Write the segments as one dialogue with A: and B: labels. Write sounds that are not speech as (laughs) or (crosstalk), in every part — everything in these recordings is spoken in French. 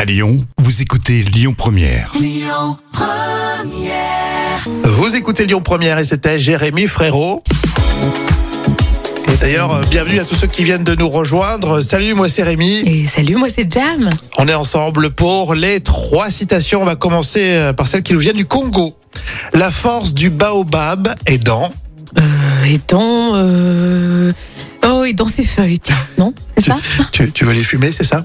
A: À Lyon, vous écoutez Lyon Première.
B: Vous écoutez Lyon Première et c'était Jérémy Frérot. Et d'ailleurs, euh, bienvenue à tous ceux qui viennent de nous rejoindre. Salut, moi c'est Rémi.
C: Et salut, moi c'est Jam.
B: On est ensemble pour les trois citations. On va commencer euh, par celle qui nous vient du Congo. La force du baobab est dans.
C: Euh, et dans. euh, Oh, et dans ses feuilles, tiens, non C'est ça
B: Tu, tu veux les fumer, c'est
C: (laughs)
B: ça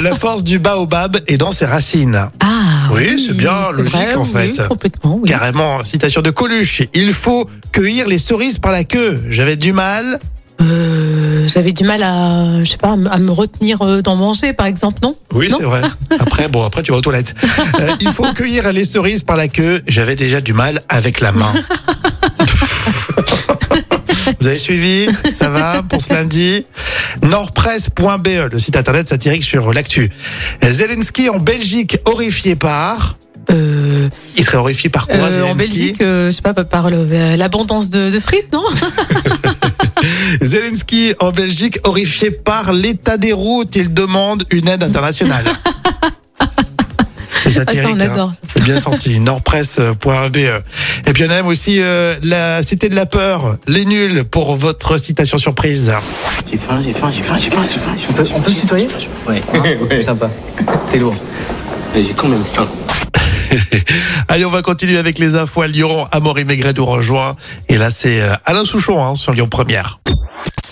B: La force du baobab est dans ses racines.
C: Ah
B: Oui, c'est bien logique,
C: vrai,
B: en
C: oui,
B: fait.
C: complètement, oui.
B: Carrément, citation de Coluche. Il faut cueillir les cerises par la queue. J'avais du mal.
C: Euh, J'avais du mal à, je sais pas, à me- à me retenir euh, d'en manger, par exemple, non
B: Oui,
C: Non
B: c'est
C: (laughs)
B: vrai. Après, bon, après tu vas aux toilettes. Euh, il faut cueillir les cerises par la queue. J'avais déjà du mal avec la
C: (laughs)
B: main. Vous avez suivi Ça va pour ce lundi Nordpresse.be, e, le site internet satirique sur l'actu. Zelensky en Belgique, horrifié par...
C: euh,
B: Il serait horrifié par quoi,
C: euh,
B: Zelensky
C: En Belgique, euh, je sais pas, par le- l'abondance de, de frites, non (laughs) Ah,
B: Zelensky en Belgique, horrifié par l'état des routes. Il demande une aide
C: (laughs)
B: internationale. C'est
C: Ah, ça,
B: satirique.
C: on
B: hein.
C: adore.
B: C'est bien (laughs) senti. Nordpresse.be. Et puis on aime aussi euh, la cité de la peur, les nuls pour votre citation surprise.
D: J'ai faim, j'ai faim, j'ai faim, j'ai faim, j'ai faim. j'ai faim.
E: On peut- on peut se tutoyer
D: (laughs) Ouais.
E: C'est Sympa. T'es lourd.
D: J'ai quand même faim.
B: Allez, on va continuer avec les infos à Lyon. Amaury Maigret nous rejoint. Et là, c'est euh, Alain Souchon hein, sur Lyon Première.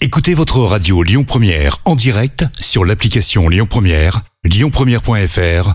A: Écoutez votre radio Lyon Première en direct sur l'application Lyon Première, lyonpremière.fr